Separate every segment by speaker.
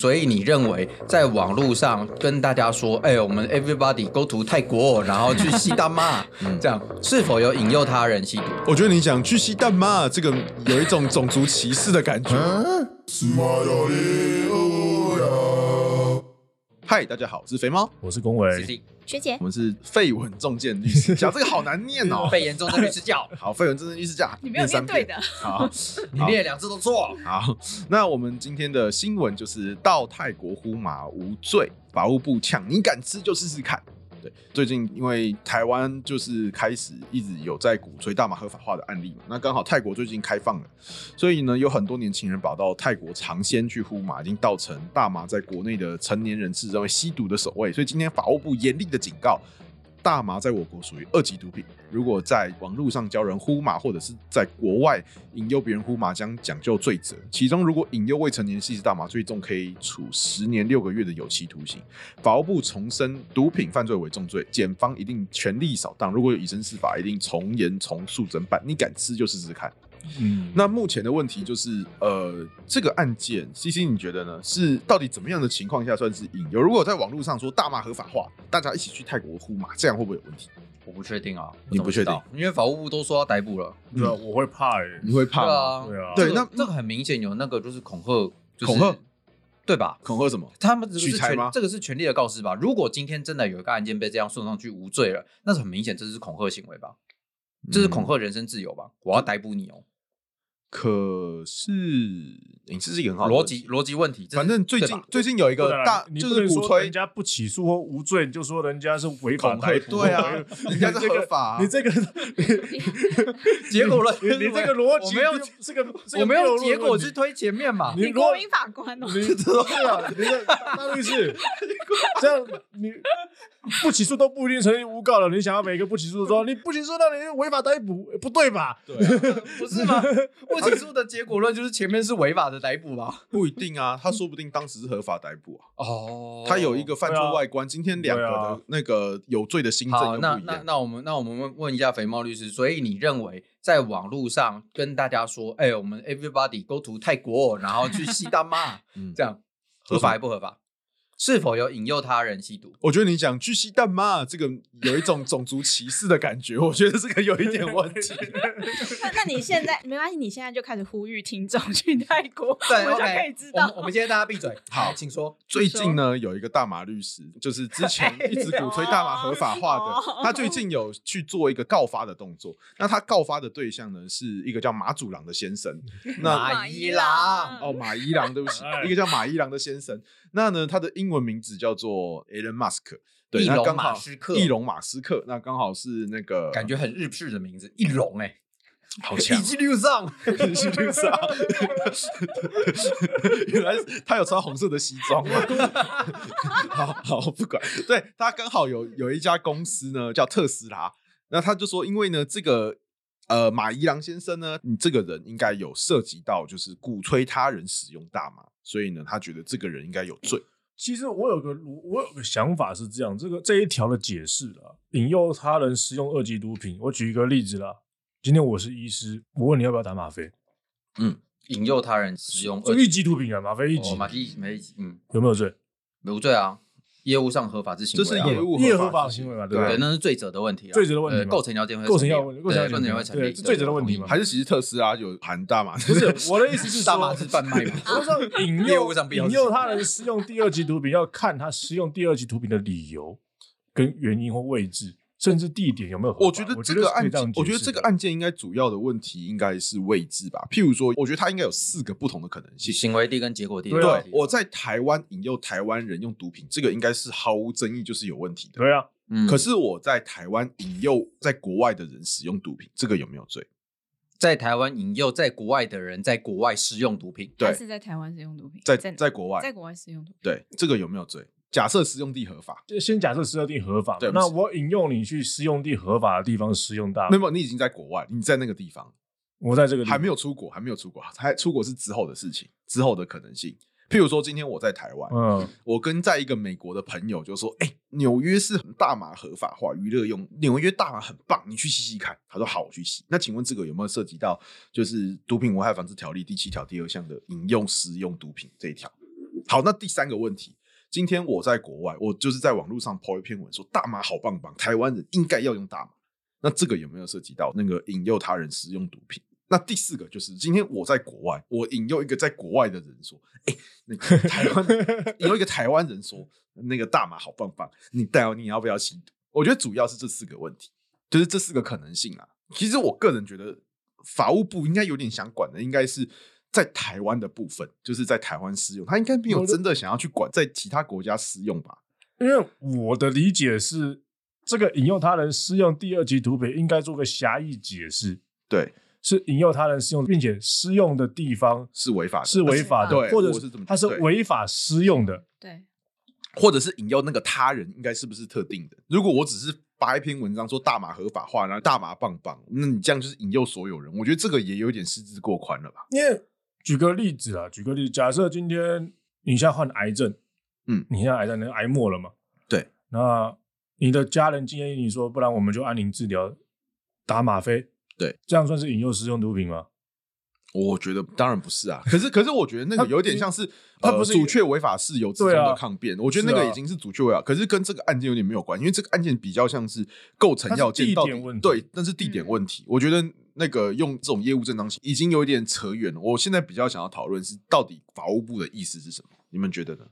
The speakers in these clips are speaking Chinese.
Speaker 1: 所以你认为在网络上跟大家说，哎、我们 everybody go to 泰国，哦然后去吸大 麻，这样是否有引诱他人吸毒？
Speaker 2: 我觉得你讲去吸大麻这个有一种种族歧视的感觉。嗨，大家好，我是肥猫，
Speaker 3: 我是龚维，
Speaker 4: 学姐
Speaker 2: 我，们是费文重建律师讲这个好难念 哦。
Speaker 1: 被严重的律师叫，
Speaker 2: 好，费文真正律师讲，
Speaker 4: 你没有
Speaker 2: 念三
Speaker 4: 念对
Speaker 2: 遍
Speaker 4: 的。
Speaker 2: 好，
Speaker 1: 你念两次都错。
Speaker 2: 好，那我们今天的新闻就是到泰国呼麻无罪，法务部呛你敢吃就试试看。对，最近因为台湾就是开始一直有在鼓吹大麻合法化的案例嘛，那刚好泰国最近开放了，所以呢有很多年轻人跑到泰国尝鲜去呼麻，已经造成大麻在国内的成年人视认为吸毒的首位，所以今天法务部严厉的警告，大麻在我国属于二级毒品，如果在网络上教人呼麻，或者是在国外引诱别人呼麻，将讲究罪责。其中，如果引诱未成年吸食大麻，最重可以处十年六个月的有期徒刑。法务部重申，毒品犯罪为重罪，检方一定全力扫荡。如果有以身试法，一定从严从速侦办。你敢吃就试试看。
Speaker 3: 嗯，
Speaker 2: 那目前的问题就是，呃，这个案件，C C，你觉得呢？是到底怎么样的情况下算是引诱？如果在网络上说大麻合法化，大家一起去泰国呼麻，这样会不会有问题？
Speaker 1: 我不确定啊，我
Speaker 2: 你不确定
Speaker 1: 怎么知道，因为法务部都说要逮捕了。
Speaker 3: 对啊，我会怕哎，
Speaker 2: 嗯你会怕
Speaker 1: 对
Speaker 2: 吗？
Speaker 1: 啊，
Speaker 3: 对啊
Speaker 1: 这个
Speaker 2: 对那
Speaker 1: 这个很明显有那个就是恐吓，就是
Speaker 2: 恐吓，
Speaker 1: 对吧？
Speaker 2: 恐吓什么？
Speaker 1: 他们这个是
Speaker 2: 取材
Speaker 1: 权
Speaker 2: 吗
Speaker 1: 这个是权力的告示吧？如果今天真的有一个案件被这样送上去无罪了，那是很明显这是恐吓行为吧？这是恐吓人身自由吧？我要逮捕你哦！
Speaker 2: 可是，你这是一个很好的
Speaker 1: 逻
Speaker 2: 问
Speaker 1: 辑
Speaker 2: 题。
Speaker 1: 逻辑问题，这是
Speaker 2: 啊反正最
Speaker 1: 对
Speaker 2: 近
Speaker 1: 吧
Speaker 2: 最近有一
Speaker 3: 不
Speaker 2: 个
Speaker 3: 然
Speaker 2: 大，
Speaker 3: 你
Speaker 2: 就
Speaker 3: 不
Speaker 2: 是
Speaker 3: 能
Speaker 2: 鼓
Speaker 3: 说
Speaker 2: 吹
Speaker 3: 人家不起诉或无罪，你就说人家是违法
Speaker 2: 恐吓
Speaker 3: 逮，捕，
Speaker 2: 对啊， 人家是
Speaker 3: 这个
Speaker 2: 合法啊
Speaker 3: 你。这个，
Speaker 1: 结果论，
Speaker 3: 你你这个逻辑
Speaker 1: 我没有
Speaker 3: 就，这个这个
Speaker 1: 我没
Speaker 3: 谬
Speaker 1: 有
Speaker 3: 论
Speaker 1: 结果
Speaker 3: 问
Speaker 1: 去
Speaker 3: 题
Speaker 1: 推前面嘛？
Speaker 3: 你
Speaker 4: 你
Speaker 3: 如果
Speaker 4: 国民法 官哦，
Speaker 3: 你对啊，你这大律师，这样你不起诉都不一定成立诬告了。你想要每个不起诉说你不起诉，那你违法逮捕，不对吧？
Speaker 2: 对啊，
Speaker 1: 不是 吗？不起诉的结果论就是前面是违法的逮捕吧？
Speaker 2: 不一定啊，他说不定当时是合法逮捕啊，
Speaker 1: 哦
Speaker 2: 他有一个犯
Speaker 3: 对啊
Speaker 2: 错外观，今天两个
Speaker 3: 对啊
Speaker 2: 的那个有罪的新政
Speaker 1: 好，
Speaker 2: 又
Speaker 1: 那
Speaker 2: 不一
Speaker 1: 那
Speaker 2: 样。
Speaker 1: 那我们那我们问问一下肥猫律师，所以你认为在网络上跟大家说，哎、我们 everybody go to 泰国，然后去吸大麻，
Speaker 2: 嗯
Speaker 1: 这样合法还不合法？是否有引诱他人吸 毒？
Speaker 2: 我觉得你讲巨蜥蛋妈这个有一种种族歧视的感觉，我觉得这个有一点问 题。
Speaker 4: 那那你现在没关系，你现在就开始呼吁听众去泰国，
Speaker 1: 对
Speaker 4: 我就
Speaker 1: ，OK，
Speaker 4: 可以知
Speaker 1: 我们
Speaker 4: 道
Speaker 1: 我们现在大家闭嘴，好，请说。
Speaker 2: 最近呢，有一个大麻律师，就是之前一直鼓吹大麻合法化的，他最近有去做一个告发的动作。那他告发的对象呢，是一个叫马祖郎的先生。那
Speaker 1: 马伊郎，
Speaker 4: 嗯
Speaker 2: 哦，马伊郎，对不起
Speaker 3: 哎，
Speaker 2: 一个叫马伊郎的先生。那呢，他的英文名字叫做 Elon Musk。对，
Speaker 1: 翼龙
Speaker 2: 那刚
Speaker 1: 马
Speaker 2: 好
Speaker 1: 斯克
Speaker 2: 翼龙马斯克，那刚好是那个
Speaker 1: 感觉很日式的名字，一龙哎、
Speaker 2: 好
Speaker 1: 欸，
Speaker 2: 强
Speaker 1: 一，击六上，
Speaker 2: 是绿色。啊原来他有穿红色的西装吗？ 好好不管，对他刚好有有一家公司呢叫特斯拉，那他就说，因为呢这个。呃，马伊郎先生呢，你这个人应该有涉及到，就是鼓吹他人使用大麻，所以呢，他觉得这个人应该有罪。
Speaker 3: 其实我有个我有个想法是这样，这个这一条的解释啊，引诱他人使用二级毒品。我举一个例子啦，今天我是医师，我问你要不要打吗啡，
Speaker 1: 引诱他人使用
Speaker 3: 就
Speaker 1: 二
Speaker 3: 一级毒品啊，吗啡一级
Speaker 1: 哦，马一没一级，嗯，
Speaker 3: 有没有罪？
Speaker 1: 无罪啊，业务上合法之行
Speaker 2: 这是
Speaker 1: 为啊，
Speaker 2: 业务
Speaker 3: 业
Speaker 2: 合
Speaker 3: 合
Speaker 2: 法
Speaker 3: 法
Speaker 2: 行
Speaker 3: 行
Speaker 2: 为
Speaker 3: 为嘛，对
Speaker 1: 对
Speaker 3: 不对？
Speaker 1: 那是罪责的问题啊，
Speaker 3: 罪责的问题
Speaker 1: 呃
Speaker 3: 嘛
Speaker 1: 构成要件会
Speaker 3: 构成
Speaker 1: 成立
Speaker 3: 要
Speaker 1: 啊
Speaker 3: 问构成要
Speaker 1: 对
Speaker 3: 件
Speaker 1: 构成要成立
Speaker 3: 对是罪责的问题嘛
Speaker 2: 还是其实特斯拉有含大麻？
Speaker 3: 不是我的意思是说
Speaker 1: 大麻是贩卖嘛？
Speaker 3: 我说引
Speaker 1: 业
Speaker 3: 诱
Speaker 1: 务上必要
Speaker 3: 引
Speaker 1: 事
Speaker 3: 诱
Speaker 1: 情
Speaker 3: 他人使用第二级毒品，要看他使用第二级毒品的理由、跟原因或位置，甚至地点有没有合 法。
Speaker 2: 我
Speaker 3: 我
Speaker 2: 觉得这个案
Speaker 3: 件
Speaker 2: 件，，我觉得这个案件应该主要的问题应该是位置吧。譬如说，我觉得它应该有四个不同的可能性。
Speaker 1: 行为地跟结果地的
Speaker 3: 对啊
Speaker 1: 问
Speaker 2: 对
Speaker 1: 题，，
Speaker 2: 我在台湾引诱台湾人用毒品，这个应该是毫无争议，就是有问题的。
Speaker 3: 对啊，
Speaker 1: 嗯
Speaker 2: 可是我在台湾引诱在国外的人使用毒品，这个有没有罪？
Speaker 1: 在台湾引诱在国外的人在国外使用毒品，
Speaker 2: 对
Speaker 4: 还是在台湾使用毒品，
Speaker 2: 在
Speaker 4: 在
Speaker 2: 在国
Speaker 4: 在
Speaker 2: 外，
Speaker 4: 国外使用毒品，
Speaker 2: 对这个有没有罪？假设使用地合法，
Speaker 3: 就先假设使用地合法
Speaker 2: 对，不
Speaker 3: 那
Speaker 2: 起
Speaker 3: 我引诱你去使用地合法的地方使用大麻
Speaker 2: 那，么你已经在国外，你在那个地方
Speaker 3: 我在这个地
Speaker 2: 还没有出国，还没有出国，还出国是之后的事情，之后的可能性。譬如说，今天我在台湾，
Speaker 3: 嗯，
Speaker 2: 我跟在一个美国的朋友就说：“哎、纽约是大麻合法化娱乐用，纽约大麻很棒，你去吸吸看。”他说：“好，我去吸。”那请问这个有没有涉及到就是《毒品危害防治条例》第七条第二项的饮用食用毒品这一条？好，那第三个问题，今天我在国外，我就是在网络上 po 一篇文说大麻好棒棒，台湾人应该要用大麻。那这个有没有涉及到那个引诱他人使用毒品？那第四个就是，今天我在国外，我引诱一个在国外的人说：“哎、那个台 湾引诱一个台湾人说，那个大麻好棒棒，你带你要不要吸毒？”我觉得主要是这四个问题，就是这四个可能性啊。其实我个人觉得，法务部应该有点想管的，应该是在台湾的部分，就是在台湾适用，他应该没有真的想要去管在其他国家适用吧？
Speaker 3: 因为我的理解是，这个引诱他人施用第二级毒品应该做个狭义解释，
Speaker 2: 对，
Speaker 3: 是引诱他人施用，并且施用的地方
Speaker 2: 是违法的，
Speaker 3: 是违法
Speaker 2: 对
Speaker 3: 的，或者
Speaker 2: 我是这么
Speaker 3: 它是
Speaker 2: 对
Speaker 3: 违法施用的。
Speaker 4: 对，
Speaker 2: 或者是引诱那个他人，应该是不是特定的？如果我只是发一篇文章说大麻合法化，然后大麻棒棒，那你这样就是引诱所有人，我觉得这个也有点失之过宽了吧？
Speaker 3: 因为举个例子啊，举个例子，假设今天你现在患癌症，
Speaker 2: 嗯
Speaker 3: 你现在癌症那个癌末了嘛？
Speaker 2: 对，
Speaker 3: 那你的家人建议你说，不然我们就安宁治疗，打吗啡，
Speaker 2: 对，
Speaker 3: 这样算是引诱使用毒品吗？
Speaker 2: 我觉得当然不是啊，可是可是我觉得那个
Speaker 3: 他
Speaker 2: 有点像是
Speaker 3: 他
Speaker 2: 呃
Speaker 3: 不是
Speaker 2: 阻却违法事由之中
Speaker 3: 对
Speaker 2: 的
Speaker 3: 啊
Speaker 2: 抗辩，我觉得那个
Speaker 3: 是啊
Speaker 2: 已经是阻却违法，可是跟这个案件有点没有关系，因为这个案件比较像是构成要件
Speaker 3: 它是地
Speaker 2: 到底
Speaker 3: 点问题嗯
Speaker 2: 对，但是地点问题，我觉得那个用这种业务正当性已经有一点扯远了。我现在比较想要讨论是到底法务部的意思是什么，你们觉得呢？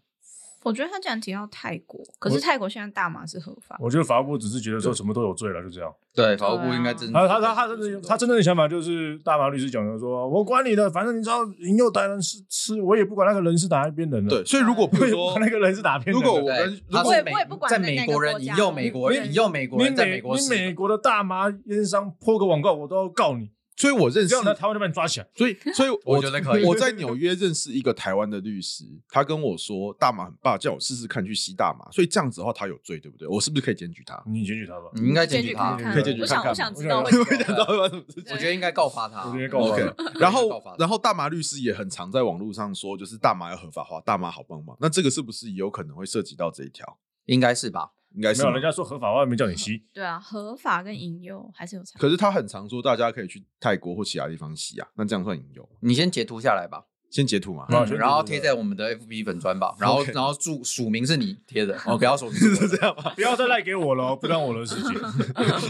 Speaker 4: 我觉得他竟然提到泰国，可是泰国现在大麻是合法，
Speaker 3: 我觉得法务部只是觉得说
Speaker 2: 对嗯
Speaker 3: 什么都有罪了，就这样。
Speaker 1: 对，啊法务部应该真
Speaker 3: 他他他他真的他真正的想法就是大麻律师讲的说，我管你的，反正你知道引诱达人是吃，我也不管那个人是哪一边人了，
Speaker 2: 对，，所以如果比
Speaker 3: 我
Speaker 2: 如
Speaker 3: 也不
Speaker 2: 说
Speaker 3: 管那个人是哪边人
Speaker 2: 如
Speaker 3: 的。
Speaker 2: 果我
Speaker 1: 对
Speaker 2: 跟，如
Speaker 1: 他
Speaker 2: 果
Speaker 1: 是
Speaker 4: 我也
Speaker 1: 美
Speaker 4: 我也不管
Speaker 1: 在
Speaker 4: 哪
Speaker 1: 美
Speaker 4: 个
Speaker 1: 国
Speaker 4: 国
Speaker 1: 人
Speaker 4: 家
Speaker 1: 引诱美国人，
Speaker 3: 你
Speaker 1: 引诱美国
Speaker 3: 你
Speaker 1: 人在
Speaker 3: 美
Speaker 1: 美国
Speaker 3: 你
Speaker 1: 使
Speaker 3: 美国的大麻烟商泼个广告，我都要告你，
Speaker 2: 所以我认识
Speaker 3: 这样，在台湾就把你抓起来。
Speaker 2: 所以所以
Speaker 1: 我觉得可以
Speaker 2: 我在纽约认识一个台湾的律师，他跟我说大麻很棒，叫我试试看去吸大麻。所以这样子的话，他有罪，对不对？我是不是可以检举他？
Speaker 3: 你检举他吧，
Speaker 1: 你应该检
Speaker 4: 先
Speaker 1: 举
Speaker 4: 去
Speaker 1: 他
Speaker 4: 看，看。
Speaker 2: 可以检举
Speaker 4: 我
Speaker 2: 看
Speaker 4: 想
Speaker 2: 看
Speaker 4: 我想知道
Speaker 3: 我
Speaker 4: 为
Speaker 3: 觉
Speaker 4: 什
Speaker 1: 得
Speaker 4: 么。
Speaker 2: 知道发生什么事
Speaker 1: 我觉得应该告发他，
Speaker 3: 我觉得告发
Speaker 2: OK，
Speaker 1: 我觉得
Speaker 2: 然
Speaker 1: 应该
Speaker 2: 后
Speaker 1: 告发他
Speaker 2: 然后大麻律师也很常在网络上说，就是大麻要合法化，大麻好棒棒。那这个是不是也有可能会涉及到这一条？
Speaker 1: 应该是吧？
Speaker 2: 应该
Speaker 3: 没
Speaker 2: 是
Speaker 3: 有
Speaker 2: 吗
Speaker 3: 人家说合法，外面叫你吸，
Speaker 4: 对啊，合法跟引诱还是有差。
Speaker 2: 可是他很常说，大家可以去泰国或其他地方吸啊，那这样算引诱吗？
Speaker 1: 你先截图下来吧，
Speaker 2: 先截图嘛。
Speaker 3: 嗯
Speaker 1: 然后贴在我们的 FB 粉砖吧，然后然后注署名是你贴的，哦，不要署名
Speaker 2: 是这样吗？
Speaker 3: 不要再赖给我了，不干我的事情。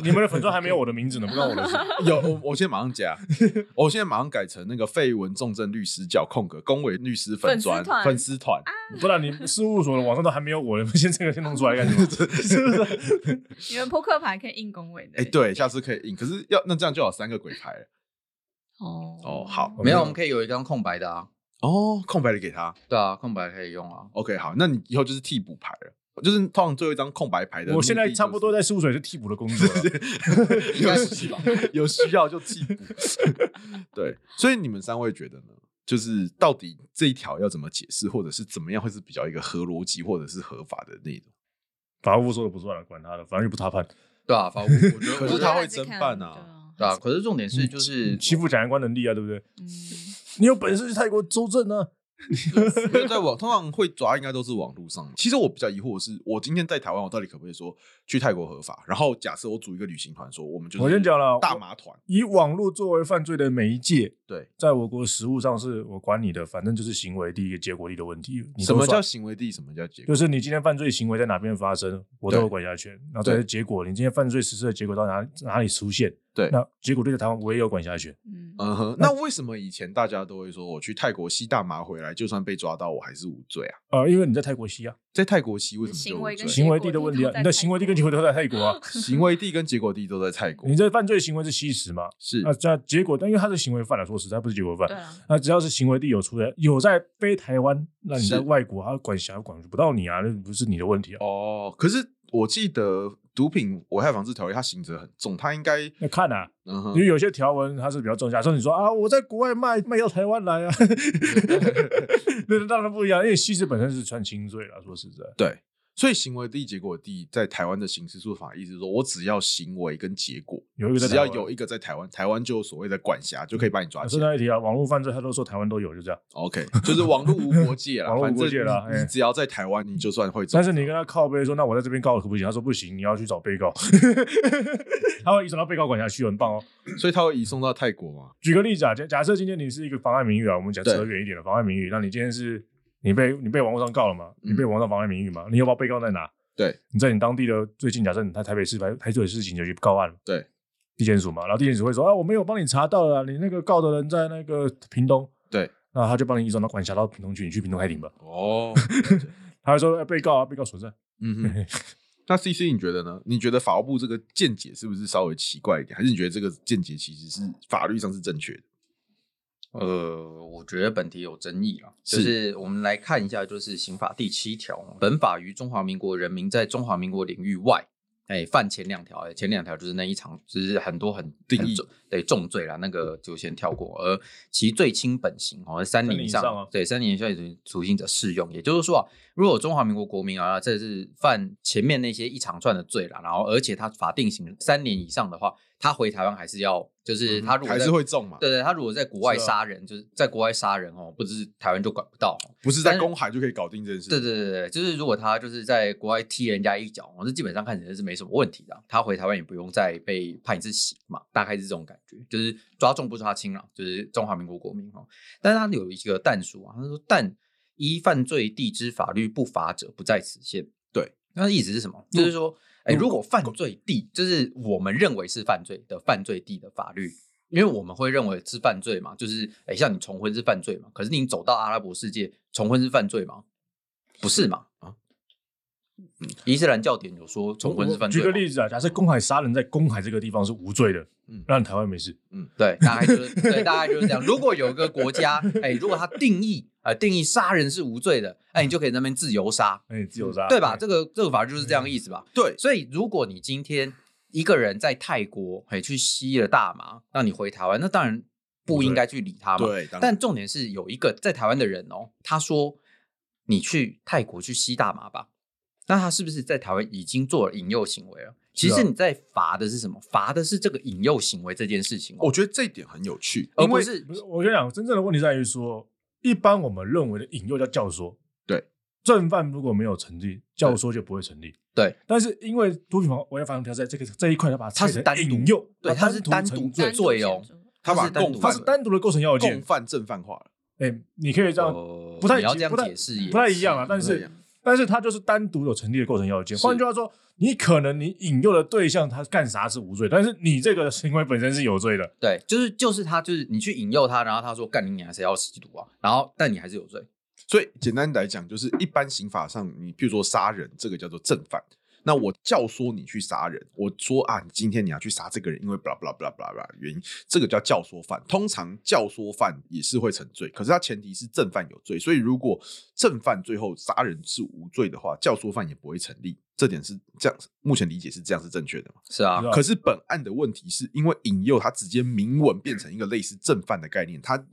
Speaker 3: 你们的粉砖还没有我的名字呢，不干我的事。
Speaker 2: 有，我我现在马上加，我现在马上改成那个绯闻重症律师叫空格公维律师粉砖
Speaker 4: 粉丝团啊
Speaker 2: 粉丝团，
Speaker 3: 不然你事务所的网上都还没有我，你们先这个先弄出来干什么？是不是？
Speaker 4: 你们扑克牌可以印公委的。
Speaker 2: 哎、对，下次可以印，可是要那这样就有三个鬼牌了
Speaker 4: 哦
Speaker 2: 哦好
Speaker 1: 没有，我们可以有一张空白的啊，
Speaker 2: 哦，空白的给他
Speaker 1: 对啊，空白可以用啊。
Speaker 2: ，OK，好，那你以后就是替补牌了，就是通常最后一张空白牌的目的就是、
Speaker 3: 我现在差不多在事务所也是替补的工作了。
Speaker 1: 应该是吧
Speaker 2: 有需要就替补， 对，所以你们三位觉得呢？就是到底这一条要怎么解释，或者是怎么样会是比较一个合逻辑或者是合法的内容？
Speaker 3: 法务部说的不算了，管他的，反正又不是他判。
Speaker 1: 对啊，法务，我觉得
Speaker 2: 可
Speaker 1: 我
Speaker 2: 是
Speaker 1: 觉
Speaker 2: 他
Speaker 1: 得
Speaker 2: 会
Speaker 4: 还是
Speaker 2: 侦
Speaker 4: 看
Speaker 2: 办啊
Speaker 1: 对啊，可是重点是就是
Speaker 3: 欺负检察官能力啊，对不对？
Speaker 4: 对啊
Speaker 3: 你有本事去泰国啊纠正呢、
Speaker 2: 没有在网，通常会抓应该都是网络上。其实我比较疑惑的是，我今天在台湾，我到底可不可以说去泰国合法？然后假设我组一个旅行团，说我们就是
Speaker 3: 我先讲了
Speaker 2: 大麻团，
Speaker 3: 以网络作为犯罪的媒介，
Speaker 2: 对，
Speaker 3: 在我国实务上是我管你的，反正就是行为第一个结果力的问题。你
Speaker 2: 什
Speaker 3: 都
Speaker 2: 么叫
Speaker 3: 算
Speaker 2: 行为地，什么叫结
Speaker 3: 就
Speaker 2: 果？
Speaker 3: 是你今天犯罪行为在哪边发生，我都
Speaker 2: 对
Speaker 3: 有管辖权。然后这
Speaker 2: 对
Speaker 3: 些结果，你今天犯罪实施的结果到哪哪里出现？
Speaker 2: 对
Speaker 3: 那结果对在台湾我也有管辖权。
Speaker 4: 嗯嗯，
Speaker 2: 嗯哼，那为什么以前大家都会说我去泰国吸大麻回来，就算被抓到，我还是无罪啊？
Speaker 3: 呃，因为你在泰国吸啊，
Speaker 2: 在泰国吸为什么就
Speaker 4: 行
Speaker 2: 无
Speaker 4: 为跟
Speaker 2: 罪？
Speaker 3: 行为地的问题
Speaker 4: 结果地
Speaker 3: 啊，
Speaker 4: 都在
Speaker 3: 你的行为地跟结果都在泰国 啊。
Speaker 2: 行为地跟结果地都在泰国
Speaker 3: 你，这犯罪行为是吸食嘛？
Speaker 2: 是
Speaker 3: 那这样结果，但因为他是行为犯来说实在不是结果犯
Speaker 4: 对，啊，
Speaker 3: 那只要是行为地有出来，有在非台湾，那你
Speaker 2: 是
Speaker 3: 在外国，他管辖管不到你啊，那不是你的问题啊。
Speaker 2: 哦。可是我记得毒品危害防治条例它刑责很重，它应该
Speaker 3: 那看啊，
Speaker 2: 嗯
Speaker 3: 因
Speaker 2: 哼，
Speaker 3: 为有些条文它是比较重，假设你说啊，我在国外卖卖到台湾 来啊，那当然不一样，因为吸食本身是算轻罪了，说实在，
Speaker 2: 对。所以行为地、结果地在台湾的刑事诉法，意思是说我只要行为跟结果，
Speaker 3: 有一个在
Speaker 2: 只要
Speaker 3: 台湾
Speaker 2: 有一个在台湾，台湾就有所谓的管辖，就可以把你抓
Speaker 3: 啊
Speaker 2: 起
Speaker 3: 顺
Speaker 2: 来。
Speaker 3: 带一提啊，网络犯罪他都说台湾都有，就这样。
Speaker 2: OK，就是网络无国 界啦，
Speaker 3: 网络无
Speaker 2: 反
Speaker 3: 国界啦
Speaker 2: 正你你
Speaker 3: 哎
Speaker 2: 只要在台湾，你就算会走。
Speaker 3: 但是你跟他靠背说，那我在这边告可不行，他说不行，你要去找被告， 他会移转到被告管辖区，很棒哦。
Speaker 2: 所以他会移送到泰国吗？
Speaker 3: 举个例子啊，假假设今天你是一个妨碍名誉啊，我们讲
Speaker 2: 对
Speaker 3: 扯远一点的妨碍名誉，那你今天是你被你被网络上告了嘛？
Speaker 2: 嗯
Speaker 3: 你被网络上妨碍名誉嘛？你要不要被告在哪？
Speaker 2: 对，
Speaker 3: 你在你当地的最近，假设你在台北市台台北市警局去告案，
Speaker 2: 对，
Speaker 3: 地检署嘛，然后地检署会说啊，我没有帮你查到啦，你那个告的人在那个屏东，
Speaker 2: 对，
Speaker 3: 那他就帮你移转到管辖到屏东去，你去屏东开庭吧。
Speaker 2: 哦，
Speaker 3: 他会说、哎被告啊，被告所在，
Speaker 2: 嗯哼。那 C C 你觉得呢？你觉得法务部这个见解是不是稍微奇怪一点，还是你觉得这个见解其实是法律上是正确的？
Speaker 1: 呃，我觉得本题有争议了，啊就是是我们来看一下，就是刑法第七条，哦本法于中华民国人民在中华民国领域外，哎，犯前两条，哎，前两条就是那一场，就是很多很
Speaker 2: 定义
Speaker 1: 很重对重罪啦，那个就先跳过，而其最轻本刑哦，三年以上，
Speaker 3: 三年以上啊
Speaker 1: 对，三年以上有期徒刑者适用。也就是说啊，如果中华民国国民啊，这是犯前面那些一长串的罪啦，然后而且他法定刑三年以上的话，他回台湾还是要，就是他如果
Speaker 2: 嗯还
Speaker 1: 在
Speaker 2: 是会中嘛？
Speaker 1: 对对，他如果在国外
Speaker 3: 是啊
Speaker 1: 杀人，就是在国外杀人哦，不是台湾就管不到哦。
Speaker 2: 不是在
Speaker 1: 但
Speaker 2: 公海就可以搞定这件事。
Speaker 1: 对对对对，就是如果他就是在国外踢人家一脚哦，这基本上看起来是没什么问题的啊。他回台湾也不用再被判一次刑嘛，大概是这种感觉，就是抓重不抓轻了，就是中华民国国民哦。但是他有一个但书啊，他说但依犯罪地之法律不罚者，不在此限。
Speaker 2: 对，
Speaker 1: 那意思是什么？就是说，哎，
Speaker 3: 入
Speaker 1: 如果犯罪地就是我们认为是犯罪的犯罪地的法律，因为我们会认为是犯罪嘛，就是哎，像你重婚是犯罪嘛，可是你走到阿拉伯世界，重婚是犯罪吗？不是嘛？啊，嗯伊斯兰教典有说重婚是犯罪
Speaker 3: 举
Speaker 1: 吗。
Speaker 3: 个例子啊，假设公海杀人在公海这个地方是无罪的，
Speaker 2: 嗯
Speaker 3: 那你台湾没事，
Speaker 1: 对，大概就是对，大概就是这样。如果有一个国家，哎，如果它定义呃定义杀人是无罪的，哎，你就可以在那边自由杀，
Speaker 3: 那你自由杀，
Speaker 1: 嗯对吧？这个这个法律就是这
Speaker 3: 嗯
Speaker 1: 样意思吧？
Speaker 2: 对
Speaker 1: 所以如果你今天一个人在泰国，哎，去吸了大麻，那你回台湾，那当然不应该去理他嘛。
Speaker 2: 对，当然
Speaker 1: 但重点是有一个在台湾的人哦，他说你去泰国去吸大麻吧，那他是不是在台湾已经做了引诱行为了？其
Speaker 3: 是
Speaker 1: 实
Speaker 3: 啊
Speaker 1: 你在罚的是什么？罚的是这个引诱行为这件事情哦，
Speaker 2: 我觉得这一点很有趣，
Speaker 1: 而
Speaker 2: 因
Speaker 1: 不
Speaker 2: 为
Speaker 1: 是
Speaker 3: 不是，我跟你讲，真正的问题在于说，一般我们认为的引诱叫教唆，
Speaker 2: 对，
Speaker 3: 正犯如果没有成立，教唆就不会成立。
Speaker 1: 对，
Speaker 3: 但是因为毒品防违反条在这个这一块，他把
Speaker 1: 它是
Speaker 3: 拆
Speaker 1: 单
Speaker 3: 成
Speaker 1: 独
Speaker 3: 引诱，
Speaker 1: 对它是单独
Speaker 3: 成
Speaker 1: 罪
Speaker 3: 罪，
Speaker 1: 罪哦
Speaker 2: 他把
Speaker 1: 是单独
Speaker 2: 共
Speaker 3: 它
Speaker 2: 犯
Speaker 3: 是单独的构成要
Speaker 2: 共
Speaker 3: 件。
Speaker 2: 犯正犯化了，
Speaker 3: 哎，你可以这样，
Speaker 1: 哦
Speaker 3: 不太
Speaker 1: 你要
Speaker 3: 解
Speaker 1: 这样
Speaker 3: 不太
Speaker 1: 解释也
Speaker 3: 不太一样啊。但
Speaker 2: 不太一
Speaker 3: 是
Speaker 2: 样
Speaker 3: 但是它就是单独有成立的构成要件。
Speaker 2: 是
Speaker 3: 换句话说，你可能你引诱的对象他干啥是无罪，但是你这个行为本身是有罪的。
Speaker 1: 对，就是就是他就是你去引诱他，然后他说干你娘，谁要吸毒啊？然后但你还是有罪，
Speaker 2: 所以简单来讲，就是一般刑法上，你譬如说杀人，这个叫做正犯。那我教唆你去杀人，我说啊，你今天你要去杀这个人，因为 blah blah blah blah blah 原因，这个叫教唆犯。通常教唆犯也是会成罪，可是他前提是正犯有罪。所以如果正犯最后杀人是无罪的话，教唆犯也不会成立。这点是这样，目前理解是这样是正确的吗？
Speaker 1: 是啊
Speaker 3: 是，啊
Speaker 2: 可是本案的问题是因为引诱他直接明文变成一个类似正犯的概念，他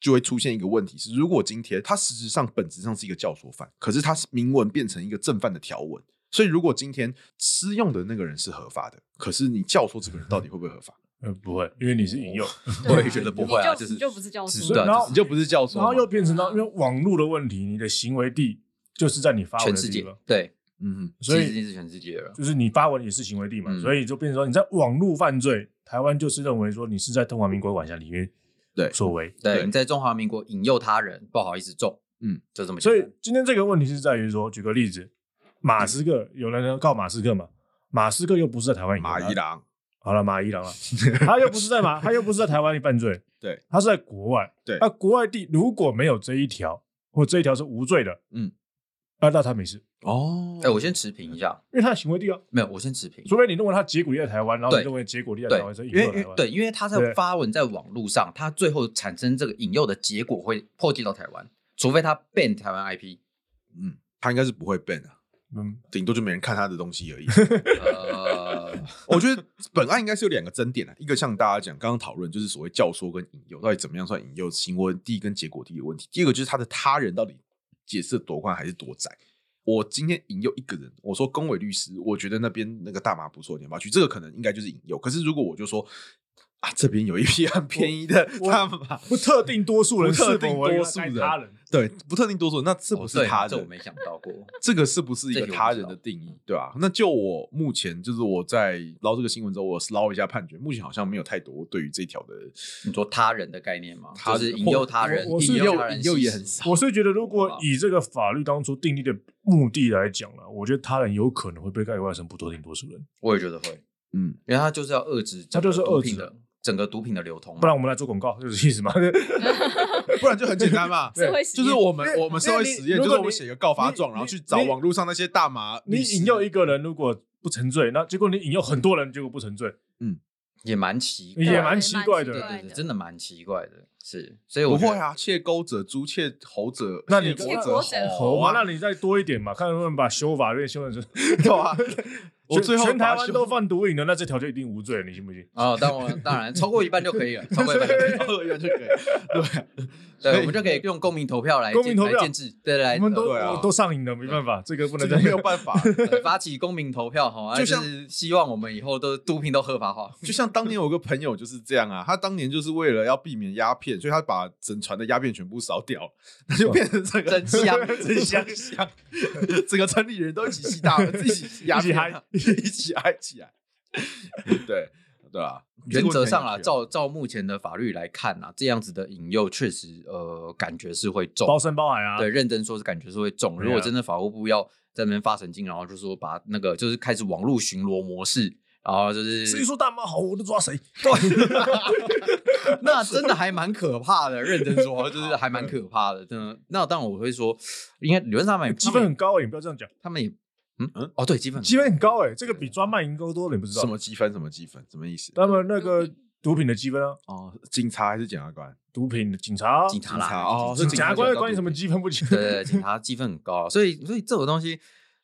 Speaker 2: 就会出现一个问题是：如果今天他实质上本质上是一个教唆犯，可是他是明文变成一个正犯的条文，所以如果今天施用的那个人是合法的，可是你教唆这个人到底会不会合法？
Speaker 3: 呃，不会，因为你是引
Speaker 1: 哦
Speaker 3: 诱。
Speaker 1: 我也觉得不会啊，
Speaker 4: 你就
Speaker 1: 就是
Speaker 4: 你就不是教唆
Speaker 1: 只
Speaker 4: 嘛
Speaker 1: 对啊
Speaker 3: 然
Speaker 1: 就
Speaker 3: 后
Speaker 1: 是
Speaker 2: 你就不是教唆嘛，
Speaker 3: 然后又变成到，因为网络的问题，你的行为地就是在你发文
Speaker 1: 全
Speaker 3: 的
Speaker 1: 世
Speaker 3: 地
Speaker 1: 界
Speaker 3: 方，
Speaker 1: 对，
Speaker 2: 嗯
Speaker 3: 所
Speaker 1: 其实已
Speaker 3: 以
Speaker 1: 经是全世界了，
Speaker 3: 就是你发文也是行为地嘛，
Speaker 1: 嗯
Speaker 3: 所以就变成说你在网络犯罪，台湾就是认为说你是在中华民国管辖里面
Speaker 2: 对
Speaker 3: 所为，
Speaker 1: 对，
Speaker 2: 对
Speaker 1: 你在中华民国引诱他人，不好意思中，
Speaker 2: 嗯，
Speaker 1: 就这么简
Speaker 3: 所
Speaker 1: 单，
Speaker 3: 以今天这个问题是在于说，举个例子，马斯克有人告马斯克嘛，马斯克又不是在台湾
Speaker 2: 哼，
Speaker 3: 引诱
Speaker 2: 马
Speaker 3: 他
Speaker 2: 伊，郎
Speaker 3: 好了，马伊郎了，他又不是在马，他又不是在台湾犯罪，
Speaker 2: 对，
Speaker 3: 他是在国外，
Speaker 2: 对
Speaker 3: 那国外地如果没有这一条，或这一条是无罪的，
Speaker 2: 嗯，
Speaker 3: 那那他没事，
Speaker 2: 哦
Speaker 1: 哎、我先持平一下，
Speaker 3: 因为他的行为地啊。
Speaker 1: 没有，我先持平。
Speaker 3: 除非你认为他结果立在台湾，然后
Speaker 1: 对
Speaker 3: 你认为结果立在台湾，所以引诱台湾。
Speaker 1: 对，因为他在
Speaker 3: 对
Speaker 1: 发文在网络上，他最后产生这个引诱的结果会破及到台湾，除非他 ban 台湾 IP。
Speaker 2: 嗯，他应该是不会 ban 啊，
Speaker 3: 嗯，
Speaker 2: 顶多就没人看他的东西而已。
Speaker 1: 呃，
Speaker 2: 我觉得本案应该是有两个争点啊，一个像大家讲刚刚讨论，就是所谓教唆跟引诱，到底怎么样算引诱行为第一跟结果第一的问题。第二个就是他的他人到底解释得多宽还是多窄。我今天引诱一个人，我说龚伟律师，我觉得那边那个大麻不错，你要不要去？这个可能应该就是引诱。可是如果我就说啊，这边有一 批很便宜的
Speaker 3: 我
Speaker 2: 他们吧，
Speaker 3: 不特定多数人
Speaker 2: 不
Speaker 3: 是
Speaker 2: 特
Speaker 3: 否
Speaker 2: 定
Speaker 3: 为
Speaker 2: 多
Speaker 3: 了
Speaker 2: 数
Speaker 3: 该
Speaker 2: 人
Speaker 3: 他人，
Speaker 2: 对，不特定多数，那这不
Speaker 1: 哦
Speaker 2: 是
Speaker 1: 对
Speaker 2: 他人，
Speaker 1: 这我没想到过。
Speaker 2: 这个是不是一
Speaker 1: 这
Speaker 2: 个
Speaker 1: 题我
Speaker 2: 他
Speaker 1: 不知
Speaker 2: 人的
Speaker 1: 道
Speaker 2: 定义？对啊，那就我目前就是我在捞这个新闻之后，我捞一下判决，目前好像没有太多对于这条的
Speaker 1: 你说他人的概念吗？
Speaker 2: 他
Speaker 1: 就是
Speaker 2: 人
Speaker 1: 引
Speaker 2: 或
Speaker 1: 诱他人，
Speaker 3: 我我是
Speaker 1: 引
Speaker 3: 诱
Speaker 1: 诱他人吸食，
Speaker 2: 少
Speaker 3: 我是觉得，如果以这个法律当初订立的目的来讲了，我觉得他人有可能会被概括成不特定多数人。
Speaker 1: 我也觉得会，
Speaker 2: 嗯，
Speaker 1: 因为他就是要遏制，
Speaker 3: 他就是
Speaker 1: 毒
Speaker 3: 遏
Speaker 1: 品
Speaker 3: 制
Speaker 1: 的整个毒品的流通嘛，
Speaker 3: 不然我们来做广告，就是意思嘛。
Speaker 2: 嗯不然就很简单嘛
Speaker 3: 。对
Speaker 4: 社会实
Speaker 2: 就
Speaker 4: 验
Speaker 2: 是我们
Speaker 3: 因为
Speaker 2: 我们社会
Speaker 3: 因为你
Speaker 2: 实验，
Speaker 3: 如
Speaker 2: 就
Speaker 3: 果
Speaker 2: 是我们
Speaker 3: 你
Speaker 2: 写个告发状，
Speaker 3: 你
Speaker 2: 然后去找
Speaker 3: 你
Speaker 2: 网络上那些大麻
Speaker 3: 你
Speaker 2: 律师
Speaker 3: 引诱一个人，如果不沉醉，那结果你引诱很多人，结果不沉醉，
Speaker 1: 也蛮奇怪
Speaker 3: 也
Speaker 1: 的，
Speaker 3: 蛮奇怪
Speaker 1: 对对
Speaker 3: 的。
Speaker 4: 对怪
Speaker 1: 对，
Speaker 4: 的
Speaker 1: 真的蛮奇怪的，是，所以我
Speaker 2: 不
Speaker 1: 觉
Speaker 2: 会
Speaker 1: 得，
Speaker 2: 啊，窃钩者诛，窃猴者，
Speaker 3: 那你
Speaker 2: 窃
Speaker 4: 窃
Speaker 2: 者
Speaker 4: 国者
Speaker 3: 好
Speaker 2: 猴
Speaker 3: 嘛，
Speaker 2: 啊，
Speaker 3: 那你再多一点嘛，看能不能把修法律修成。
Speaker 2: 对 啊 我
Speaker 3: 全
Speaker 2: 最后
Speaker 3: 全台
Speaker 2: 把它
Speaker 3: 湾
Speaker 2: 修
Speaker 3: 都犯毒瘾的，那这条就一定无罪，你信不信？
Speaker 1: 哦，当我当然超过一半就可以了，超过一半就可以 了，
Speaker 2: 二元就可以，对，
Speaker 1: 对，我们就可以用公民投票来
Speaker 3: 公民
Speaker 1: 建
Speaker 3: 投票
Speaker 1: 来建制，对，来
Speaker 3: 我们都
Speaker 2: 对啊
Speaker 3: 我都上瘾了，没办法，这个不能
Speaker 2: 这
Speaker 3: 再
Speaker 2: 个没有办 法。
Speaker 1: 呃发起公民投票哈，
Speaker 2: 就
Speaker 1: 就
Speaker 2: 像
Speaker 1: 是希望我们以后都毒品都合法化，
Speaker 2: 就像当年有个朋友就是这样啊，他当年就是为了要避免鸦片，所以他把整船的鸦片全部烧掉，那就变成这个
Speaker 1: 真香
Speaker 2: 真香香，整个城里人都一起吸大， 一起吸鸦
Speaker 3: 一起
Speaker 2: 片
Speaker 3: 嗨
Speaker 2: 啊，一起嗨起来， 对对啊，
Speaker 1: 原则上啦，
Speaker 2: 这个问题很有趣啊
Speaker 1: 照照目前的法律来看啊，这样子的引诱确实，呃，感觉是会重，
Speaker 3: 包山包海啊。
Speaker 1: 对，认真说是感觉是会重。
Speaker 3: 对啊
Speaker 1: 如果真的法务部要在那边发神经，然后就说把那个就是开始网络巡逻模式，然后就是
Speaker 3: 谁说大妈好，我就抓谁。
Speaker 1: 那真的还蛮可怕的。认真说，就是还蛮可怕的。真的，那当然我会说，应该理论上他们也
Speaker 3: 积分很高哎、你不要这样讲，
Speaker 1: 他们也嗯
Speaker 2: 嗯
Speaker 1: 嗯哦对，积分
Speaker 3: 积分很高哎、这个比抓卖淫高多了，你不知道？
Speaker 2: 啊什么？积分什么积分什么意思？
Speaker 3: 他们那个毒品的积分啊，
Speaker 2: 哦，警察还是检察官？
Speaker 3: 毒品的警察啊、
Speaker 1: 警察啦，
Speaker 2: 警察哦
Speaker 1: 警察
Speaker 2: 是
Speaker 3: 检察官关你什么积分不积
Speaker 1: 对
Speaker 3: 分？
Speaker 1: 对对，警察积分很高，啊所以所以这种东西，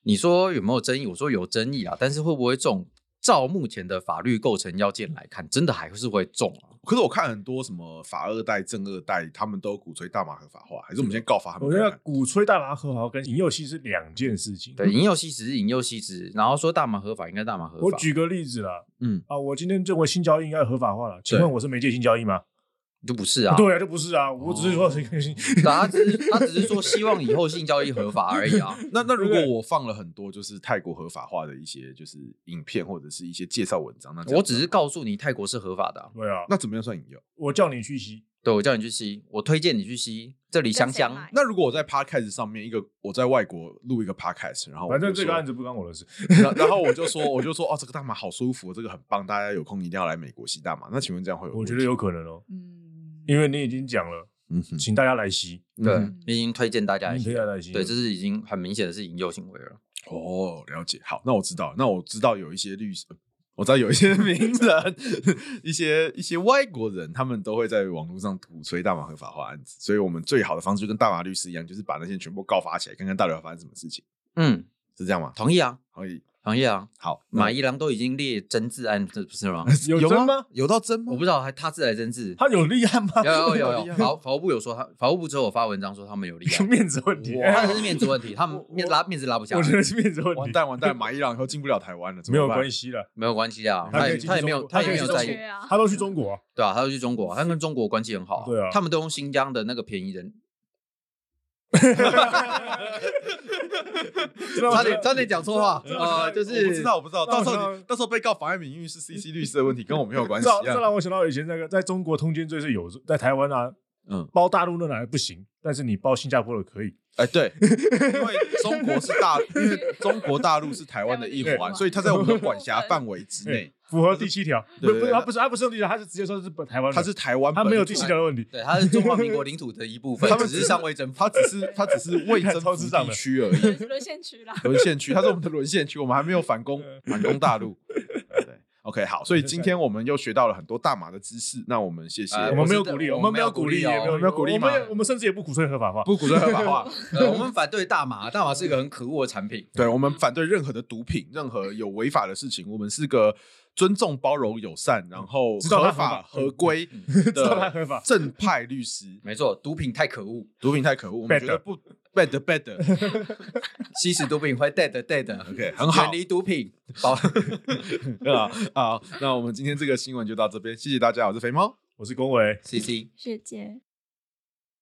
Speaker 1: 你说有没有争议？我说有争议啊，但是会不会中？照目前的法律构成要件来看，真的还是会中啊。
Speaker 2: 可是我看很多什么法二代、正二代，他们都鼓吹大麻合法化，还是我们先告发他们
Speaker 3: 我觉
Speaker 2: 看看？
Speaker 3: 得鼓吹大麻合法跟引诱吸是两件事情。
Speaker 1: 对，，引诱吸食是引诱吸食，然后说大麻合法，应该大麻合法。
Speaker 3: 我举个例子啦，
Speaker 1: 嗯，
Speaker 3: 啊，我今天认为性交易应该合法化了，请问我是媒介性交易吗？
Speaker 1: 就不是啊，哦啊
Speaker 3: 对啊，就不是啊，我只是说是一个性，
Speaker 1: 他只是他只是说希望以后性交易合法而已啊。
Speaker 2: 那那如
Speaker 3: 对
Speaker 2: 果
Speaker 3: 不对
Speaker 2: 我放了很多就是泰国合法化的一些就是影片或者是一些介绍文章，那这样
Speaker 1: 我只是告诉你，泰国是合法的啊、
Speaker 3: 对啊，
Speaker 2: 那怎么样算引诱？
Speaker 3: 我叫你去吸，
Speaker 1: 对，我叫你去吸，我推荐你去吸，这里香
Speaker 4: 跟谁
Speaker 1: 香
Speaker 4: 买。
Speaker 2: 那如果我在 podcast 上面一个我在外国录一个 podcast，然后我
Speaker 3: 反正
Speaker 2: 就
Speaker 3: 这个
Speaker 1: 哦
Speaker 2: 说
Speaker 3: 案子不关我的事。
Speaker 2: 然然后我就说我就说哦，这个大麻好舒服，这个很棒，大家有空一定要来美国吸大麻。那请问这样会有？
Speaker 3: 我觉得有，可能哦，
Speaker 4: 嗯，
Speaker 3: 因为你已经讲了，
Speaker 2: 嗯哼，
Speaker 3: 请大家来吸，
Speaker 1: 对
Speaker 4: 嗯，
Speaker 1: 已经推荐大家一起
Speaker 3: 你推荐来吸。
Speaker 1: 对，这是已经很明显的是引诱行为了。
Speaker 2: 哦，了解。好，那我知道，那我知道有一些律师，呃我知道有一些 名人，一些一些外国人，他们都会在网络上鼓吹大麻合法化案子，所以我们最好的方式就跟大麻律师一样，就是把那些人全部告发起来，看看到底会发生什么事情，
Speaker 1: 嗯，
Speaker 2: 是这样吗？
Speaker 1: 同意啊，
Speaker 2: 可以，
Speaker 1: 同意啊。
Speaker 2: 好，
Speaker 3: 嗯
Speaker 1: 马一郎都已经列真字案，这不是 吗？
Speaker 3: 有
Speaker 2: 有
Speaker 3: 真吗？？
Speaker 2: 有到真吗？
Speaker 1: 我不知道，还他自来真字。
Speaker 3: 他有立案吗？
Speaker 1: 有有有
Speaker 2: 好厉
Speaker 1: 有，
Speaker 2: 害
Speaker 1: 法法务部有说他，法务部之后有发文章说他们有立
Speaker 3: 有
Speaker 1: 案，
Speaker 3: 面子问题，
Speaker 1: 他们是面子问题，他们
Speaker 3: 我
Speaker 1: 面拉面子拉不下
Speaker 3: 我觉得
Speaker 1: 来，
Speaker 3: 是面子问
Speaker 2: 完
Speaker 3: 题，
Speaker 2: 蛋完蛋，马伊朗以后进不了台湾了，
Speaker 3: 没有关
Speaker 2: 系。
Speaker 3: 系了。
Speaker 1: 没有关系啊，
Speaker 3: 他
Speaker 1: 他
Speaker 3: 可以
Speaker 1: 也
Speaker 3: 进
Speaker 1: 他也没有
Speaker 3: 中国
Speaker 1: 他
Speaker 3: 他可
Speaker 1: 也
Speaker 3: 以
Speaker 1: 没有
Speaker 3: 进中
Speaker 1: 在
Speaker 3: 国
Speaker 1: 意
Speaker 4: 缺，啊，
Speaker 3: 他都去中国啊，
Speaker 1: 对啊，他就去中国，他跟中国关系很好、
Speaker 3: 对啊
Speaker 1: 他们都用新疆的那个便宜人，
Speaker 3: 啊
Speaker 1: 差点差点讲错话，
Speaker 3: 知道知道
Speaker 1: 呃，就
Speaker 2: 我不知
Speaker 1: 是
Speaker 2: 道，我不知道，
Speaker 3: 那
Speaker 2: 到
Speaker 3: 我
Speaker 2: 时
Speaker 3: 知道
Speaker 2: 候你到时候被告妨碍名誉是 CC 律师的问题，跟我没有关 系
Speaker 3: 这这
Speaker 2: 啊。
Speaker 3: 让我想到以前那个在中国通奸罪是有，在台湾啊，
Speaker 2: 嗯
Speaker 3: 包大陆那哪来不行，但是你包新加坡的可以。
Speaker 2: 哎，对，因为中国是大，因为中国大陆是台湾的一
Speaker 4: 台湾的
Speaker 2: 环，
Speaker 4: 一环
Speaker 2: 所以它在我们的管辖范围之内
Speaker 3: 对。哎符合第七条，不
Speaker 2: 嗯对
Speaker 3: 不
Speaker 2: 对
Speaker 3: 是，他不是，他不是用第七条，他是直接说是本台湾人，
Speaker 2: 它是台湾本
Speaker 3: 他
Speaker 2: 土，
Speaker 3: 没有第七条的问题，
Speaker 1: 对，他是中华民国领土的一部分，
Speaker 2: 他们
Speaker 1: 只是尚未征服。
Speaker 2: 它只是它只是未征服
Speaker 3: 超智障的
Speaker 2: 地区而已，
Speaker 4: 沦陷区啦。
Speaker 2: 沦陷区，它是我们的沦陷区，我们还没有反攻反攻大陆。对，OK，好，所以今天我们又学到了很多大麻的知识，那我们谢谢。
Speaker 1: 哎
Speaker 3: 我
Speaker 1: 我
Speaker 3: 们
Speaker 1: 是
Speaker 3: 没有
Speaker 1: 的
Speaker 3: 鼓励，
Speaker 1: 我
Speaker 3: 我
Speaker 1: 们
Speaker 3: 们没有
Speaker 1: 没有
Speaker 3: 鼓
Speaker 1: 鼓
Speaker 3: 励
Speaker 1: 励
Speaker 3: 哦，
Speaker 1: 哦
Speaker 3: 没有
Speaker 2: 我们没有鼓励
Speaker 3: 我们
Speaker 2: 吗
Speaker 3: 也我们甚至也不鼓吹合法化，
Speaker 2: 不鼓吹合法化，
Speaker 1: 呃，我们反对大麻，大麻是一个很可恶的产品。
Speaker 2: 对我们
Speaker 3: 嗯
Speaker 2: 反对任何的毒品，任何有违法的事情，我们是个尊重、包容、友善，然后
Speaker 3: 嗯知道它
Speaker 2: 合
Speaker 3: 合法嗯
Speaker 2: 法合规
Speaker 3: 知道他
Speaker 2: 的
Speaker 3: 合法，
Speaker 2: 正派律师。
Speaker 1: 没错，毒品太可恶，
Speaker 2: 毒品太可恶，我们觉
Speaker 3: Bad
Speaker 2: 得不 bad bad，
Speaker 1: 吸食毒品会 dead dead。
Speaker 2: OK，很好
Speaker 1: 远离毒品，保
Speaker 2: 啊好，那我们今天这个新闻就到这边，谢谢大家，我是肥猫。
Speaker 3: 我是龚维，
Speaker 1: C C。
Speaker 4: 学姐。